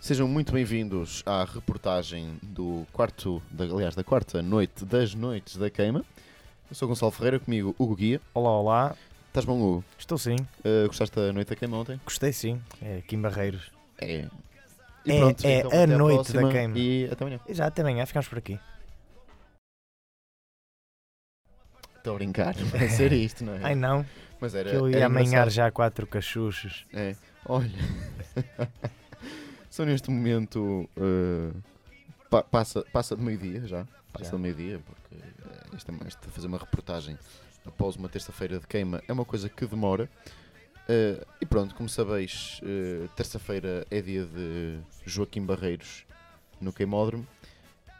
Sejam muito bem-vindos à reportagem do quarto, da, aliás, da quarta noite das noites da queima. Eu sou Gonçalo Ferreira, comigo Hugo Guia. Olá, olá. Estás bom, Hugo? Estou sim. Uh, gostaste da noite da queima ontem? Gostei sim. É aqui em Barreiros. É. É- é então, até a à noite próxima da queima. E até amanhã. E já até amanhã, ficamos por aqui. Estou a brincar, vai ser isto, não é? Ai não, Mas era, que eu ia era amanhar engraçado. já quatro cachuchos. É. Olha, são neste momento. uh, pa- passa, passa de meio-dia já. Passa Já. de meio-dia, porque uh, isto é mais de fazer uma reportagem após uma terça-feira de queima é uma coisa que demora. Uh, e pronto, como sabeis, uh, terça-feira é dia de Joaquim Barreiros no Queimódromo.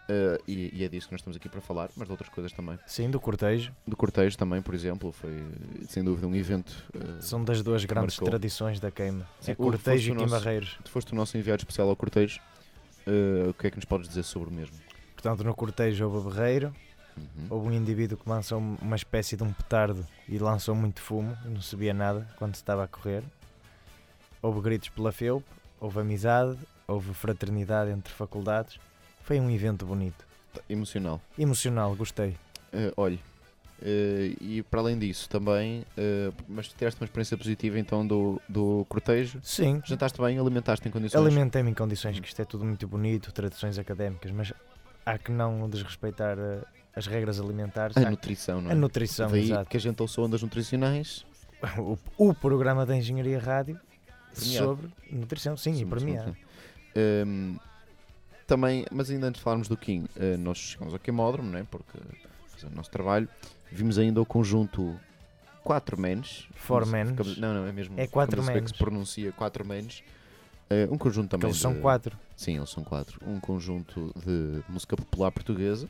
Uh, e, e é disso que nós estamos aqui para falar, mas de outras coisas também. Sim, do cortejo. Do cortejo também, por exemplo, foi sem dúvida um evento uh, São das duas grandes Marcou. tradições da queima. Sim, é o- fosse o cortejo e aqui em nosso- Barreiros. Tu foste o nosso enviado especial ao cortejo. Eh, o que é que nos podes dizer sobre o mesmo? Portanto, no cortejo houve o barreiro, Uhum. houve um indivíduo que lançou uma espécie de um petardo e lançou muito fumo, e não se via nada quando se estava a correr. Houve gritos pela felpe, houve amizade, houve fraternidade entre faculdades. Foi um evento bonito. Tá, Emocional. Emocional, gostei. Eh, olha, eh, e para além disso também, eh, mas tu tiveste uma experiência positiva então do, do cortejo. Sim, Jantaste bem, alimentaste em condições. alimentei-me em condições que isto é tudo muito bonito, tradições académicas, mas há que não desrespeitar eh, as regras alimentares, A há- nutrição, não é? a nutrição, Daí exato. que a gente ouçou ondas nutricionais. O, o programa da Engenharia Rádio Premiado. sobre nutrição, sim, é. e Somos- premiado. somos- Ehm, também, mas ainda antes de falarmos do Kim, eh, nós chegamos ao Queimódromo, né? porque fazendo o nosso trabalho, vimos ainda o conjunto 4 Menos. Four Não sei, Mens. ficamos- Não, não, é mesmo. É quatro ficamos a saber que Mens. se pronuncia 4 Menos. Eh, um conjunto Que também. eles são de- quatro. Sim, eles são quatro. Um conjunto de música popular portuguesa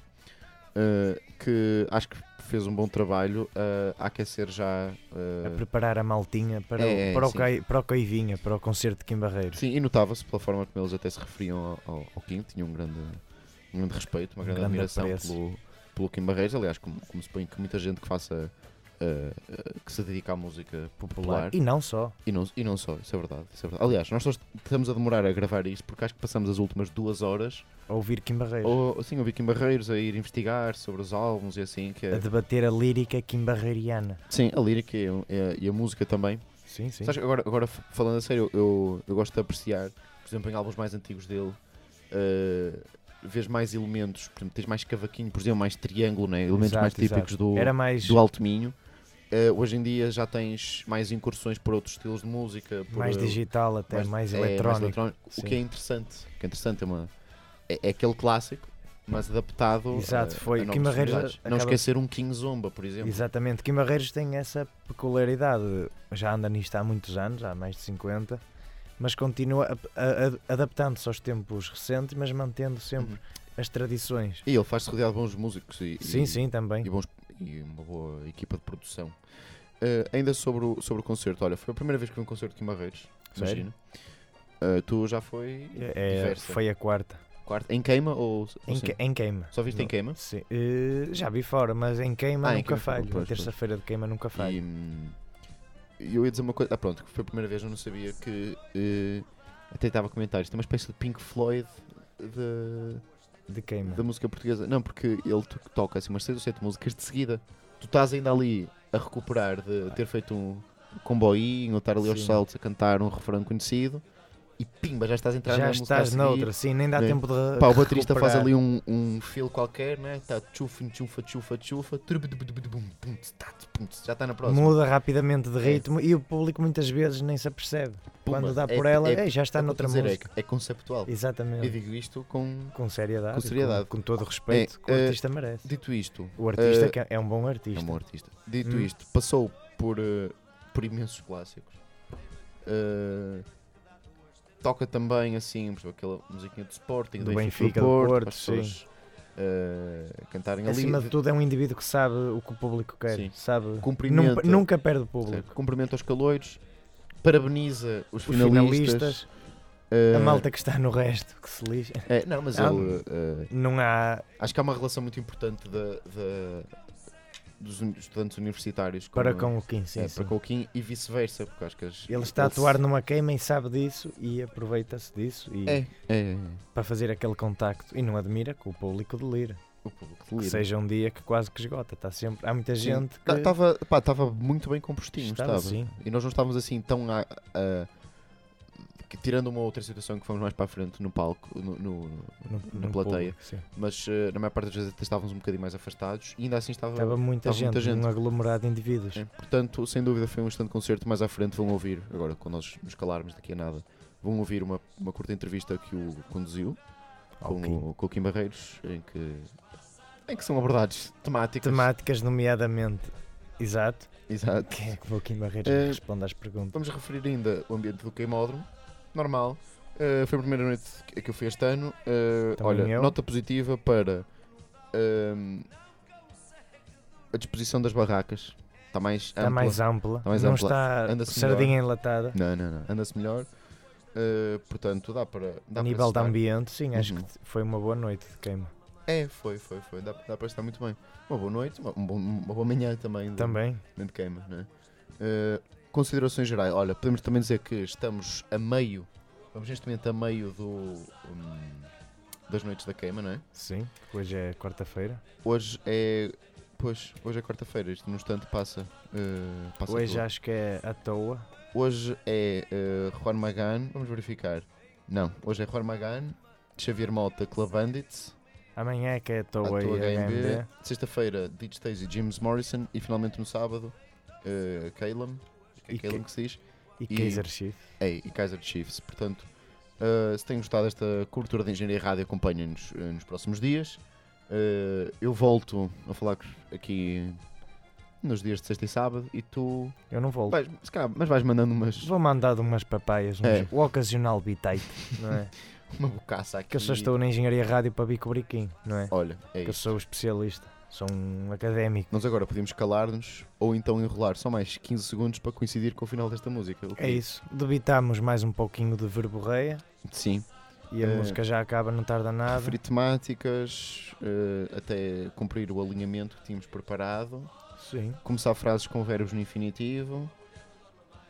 eh, que acho que fez um bom trabalho eh, a aquecer já. eh, A preparar a maltinha para, é, o, para, o sim. cai- para o Caivinha, para o concerto de Kim Barreiros. Sim, e notava-se pela forma como eles até se referiam ao, ao, ao Kim, tinham um grande, um grande respeito, uma Um grande, grande admiração apreço. pelo, pelo Kim Barreiros. Aliás, como, como se põe que muita gente que faça. eh, eh, que se dedica à música popular. E não só. E não, e não só, isso é, verdade, isso é verdade. Aliás, nós só estamos a demorar a gravar isto porque acho que passamos as últimas duas horas A ouvir Kim Barreiros. ou assim, ouvir Kim Barreiros a ir investigar sobre os álbuns e assim. Que A é... debater a lírica Kim Barreiriana. Sim, a lírica e a- e a- e a música também. Sim, sim. Sabes, agora, agora f- falando a sério, eu, eu gosto de apreciar, por exemplo, em álbuns mais antigos dele, eh, vês mais elementos, por exemplo, tens mais cavaquinho, por exemplo, mais triângulo, né? elementos Exato, mais típicos exato. do, Era mais, do Alto Minho. Eh, hoje em dia já tens mais incursões por outros estilos de música, por, mais eh, digital, até mais, é, eletrónico. o sim. que é interessante. O que é interessante é, uma, é, é aquele clássico, mas adaptado Exato, eh, foi. a novas Kim Barreiros sonoridades. Não acaba- esquecer um King Zomba, por exemplo. Exatamente, Kim Barreiros tem essa peculiaridade, já anda nisto há muitos anos, há mais de 50, mas continua a- a- a- adaptando-se aos tempos recentes, mas mantendo sempre Uhum. as tradições. E ele faz-se rodeado de bons músicos. E, e- Sim, sim, também. e, bons- e uma boa equipa de produção. Eh, ainda sobre o, sobre o concerto, olha, foi a primeira vez que vi um concerto aqui em Barreiros, imagino. Eh, tu já foi É, diversa. foi a quarta. quarta, em queima ou, ou Em, sim? que- em queima. Só viste em Não, queima? Sim. Eh, já vi fora, mas em queima Ah, em nunca queima, falho. pois, pois. Na terça-feira de queima nunca falho. E hum, eu ia dizer uma coisa, ah pronto, que foi a primeira vez, eu não sabia que eh, até estava a comentar, isto é uma espécie de Pink Floyd de- De queima. da música portuguesa. Não, porque ele to- toca assim umas 6 ou 7 músicas de seguida. Tu estás ainda ali a recuperar de ter feito um comboinho, estar ali aos Sim. saltos a cantar um refrão conhecido e pimba, já estás a entrar na Já música a estás seguir. noutra, sim, nem dá Bem, tempo de. Pá, o de baterista faz recuperar. ali um, um feel qualquer, né? Tá tchufa, tchufa, tchufa, tchufa, trubudubudubudum, pum, tss, tá, tss, pum, tss, já está na próxima. Muda rapidamente É. de ritmo e o público muitas vezes nem se apercebe. Pumba. Quando dá É- por ela, é- é "Ei, já está o que eu noutra tô a dizer, é música. que É, conceptual. Exatamente. Eu digo isto com. Com seriedade. Com e seriedade. Com, todo o respeito que o eh, artista merece. Dito isto, O artista eh, que é- é um bom É artista. um bom artista. Dito Hum. isto, passou por, eh, por imensos clássicos. Eh, toca também, assim, por exemplo, aquela musiquinha do Sporting, Do do Benfica, Benfica, do do Porto, Porto, para as pessoas eh, cantarem ali. Acima de tudo, é um indivíduo que sabe o que o público quer. Sim. Sabe. cumprimenta, Nunca, nunca perde o público. certo? cumprimenta os caloiros, parabeniza os, Os finalistas. finalistas, eh, a malta que está no resto, que se lixa. eh, não, mas Ah. ele, eh, Não há. acho que há uma relação muito importante da, da- dos uni- estudantes universitários com Para a- com o Kim, sim. é, sim. para com o Kim e vice-versa, porque acho que as- Ele está a atuar numa queima e sabe disso e aproveita-se disso e- É, é, é, é. para fazer aquele contacto. E não admira que o público delire. O público Que delira. seja um dia que quase que esgota. Está sempre... Há muita Sim. gente que. Ta- Tá, Tava, pá, tava muito bem compostinho, Estava, estava. sim. E nós não estávamos assim tão a, a- que, tirando uma outra situação que fomos mais para a frente no palco, no, no- no, na no plateia. público, sim. mas eh, na maior parte das vezes até estávamos um bocadinho mais afastados e ainda assim estava, Estava muita estava gente, muita gente. um aglomerado de indivíduos. É, portanto, sem dúvida foi um instante concerto. Mais à frente vão ouvir, agora quando nós nos calarmos daqui a nada, vão ouvir uma, uma curta entrevista que o conduziu Ao com, Kim. o, com o Kim Barreiros, em que, em que são abordados temáticas. Temáticas, nomeadamente. Exato. Exato. Quem é que o Kim Barreiros Eh, responde às perguntas? Vamos referir ainda o ambiente do queimódromo, normal. Uh, foi a primeira noite que- que eu fui este ano. Uh, Também olha, eu. nota positiva para um, a disposição das barracas. Está mais Está ampla. Tá Tá mais ampla. mais não ampla. está Anda-se sardinha enlatada. Não, não, não. Anda-se melhor. Uh, portanto, dá para. Dá nível de para estar- ambiente, sim, acho Uhum. que foi uma boa noite de queima. É, foi, foi, foi. Dá, dá para estar muito bem. Uma boa noite, uma, um bom- uma boa manhã também. de- Também. nem de queima, não é? Eh, considerações gerais. Olha, podemos também dizer que estamos a meio, vamos neste momento a meio do, hum, das noites da queima, não é? Sim, hoje é quarta-feira. Hoje é. Pois, hoje é quarta-feira, isto no instante passa. eh, passa Hoje tudo. acho que é à toa. Hoje é eh, Juan Magan, vamos verificar. Não, hoje é Juan Magan, Xavier Mota, Clavandits, Amanhã é que é à a toa e tua HMB. HMB. Sexta-feira, Ditch Stacy, James Morrison e finalmente no sábado, uh, Calum. É E Calum Ca- que se diz. E E- Kaiser Chief. Ei, É, e Kaiser Chiefs. Portanto, eh, se têm gostado desta cobertura de Engenharia Rádio, acompanhem-nos eh, nos próximos dias. Eh, eu volto a falar aqui nos dias de sexta e sábado e tu Eu não volto. vais, se calhar, mas vais mandando umas, Vou mandar de umas papaias, uns- É. o ocasional bitite, não é? uma bocaça aqui. Que eu só estou na engenharia rádio para bicuriquim, não é? Olha, é Que eu isso. sou especialista, sou um académico. Nós agora podíamos calar-nos ou então enrolar só mais 15 segundos para coincidir com o final desta música. o que- É isso. Debitámos mais um pouquinho de verborreia Tá Sim. e a É. música já acaba, não tarda nada. Referir temáticas, eh, até cumprir o alinhamento que tínhamos preparado. Sim. Começar frases com verbos no infinitivo.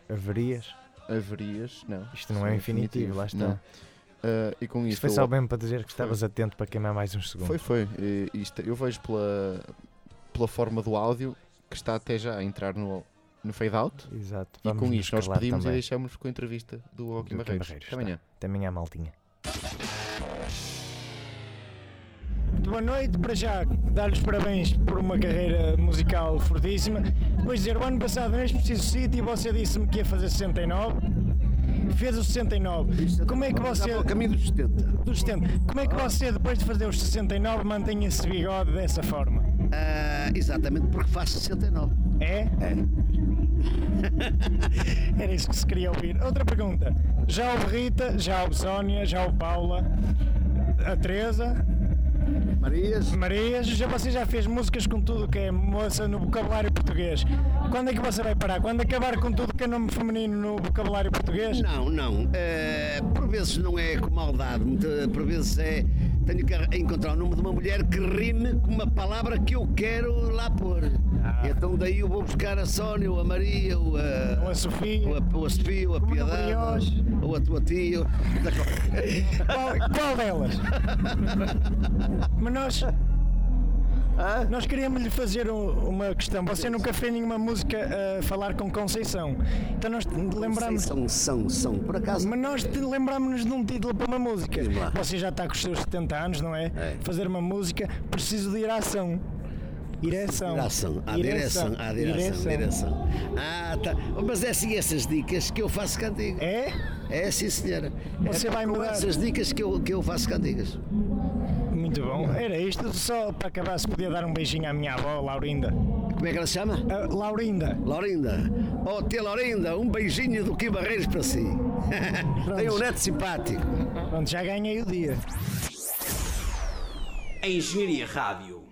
Haverias. Haverias, não. Isto não é Sim, infinitivo, lá está. não. Ah, e com Isto isto. foi eu- só mesmo para dizer que Foi. estavas atento para queimar mais uns segundos. Foi, foi. E isto- eu vejo pela, pela forma do áudio que está até já a entrar no, no fade out. Exato. E com nos isto nós calar pedimos e também. deixamos com a entrevista do Joaquim Joaquim Barreiros. Barreiros, Até amanhã. Também há maltinha. Muito boa noite, para já dar-lhes parabéns por uma carreira musical fortíssima. Depois dizer, o ano passado neste preciso sítio você disse-me que ia fazer 69, fez o 69. Como é que você, Já para o caminho dos 70. dos tempos, como é que você depois de fazer os 69 mantém esse bigode dessa forma? Ah, exatamente, porque faz 69. É? Era isso que se queria ouvir. Outra pergunta. Já houve Rita, já houve Sónia, já houve Paula, a Teresa, Marias, Marias, já você já fez músicas com tudo que é moça no vocabulário português. Quando é que você vai parar? Quando acabar com tudo que é nome feminino no vocabulário português? não, não. Ah, por vezes não é com maldade, muita- por vezes é. Tenho que ar- encontrar o nome de uma mulher que rime com uma palavra que eu quero lá pôr. Ah. Então daí eu vou buscar a Sónia, ou a Maria, ou a. Ou a Sofia? Ou a, ou a Sofia, ou a Como é no Piedade, brioche. ou a tua tia. Qual, qual delas? Mas nós. Nós queríamos lhe fazer um- uma questão. Você nunca fez nenhuma música a falar com Conceição. Então nós te lembramos. São, são, são. Por acaso. Mas nós te lembramos-nos de um título para uma música. Diz-me lá. Você já está com os seus 70 anos, não é? É. Fazer uma música, preciso de ir à ação. Direção. Direção, à direção, à direção, à direção. Ah, tá. Mas é assim essas dicas que eu faço cantigas. É? É sim, senhora. Você é vai com mudar. essas dicas que eu, que eu faço cantigas. Muito bom. Era isto. Só para acabar, se podia dar um beijinho à minha avó, Laurinda. Como é que ela se chama? Ah, Laurinda. Laurinda. Oh, tia Laurinda, um beijinho do Kim Barreiros para si. Tem um neto simpático. Pronto, já ganhei o dia. A Engenharia Rádio.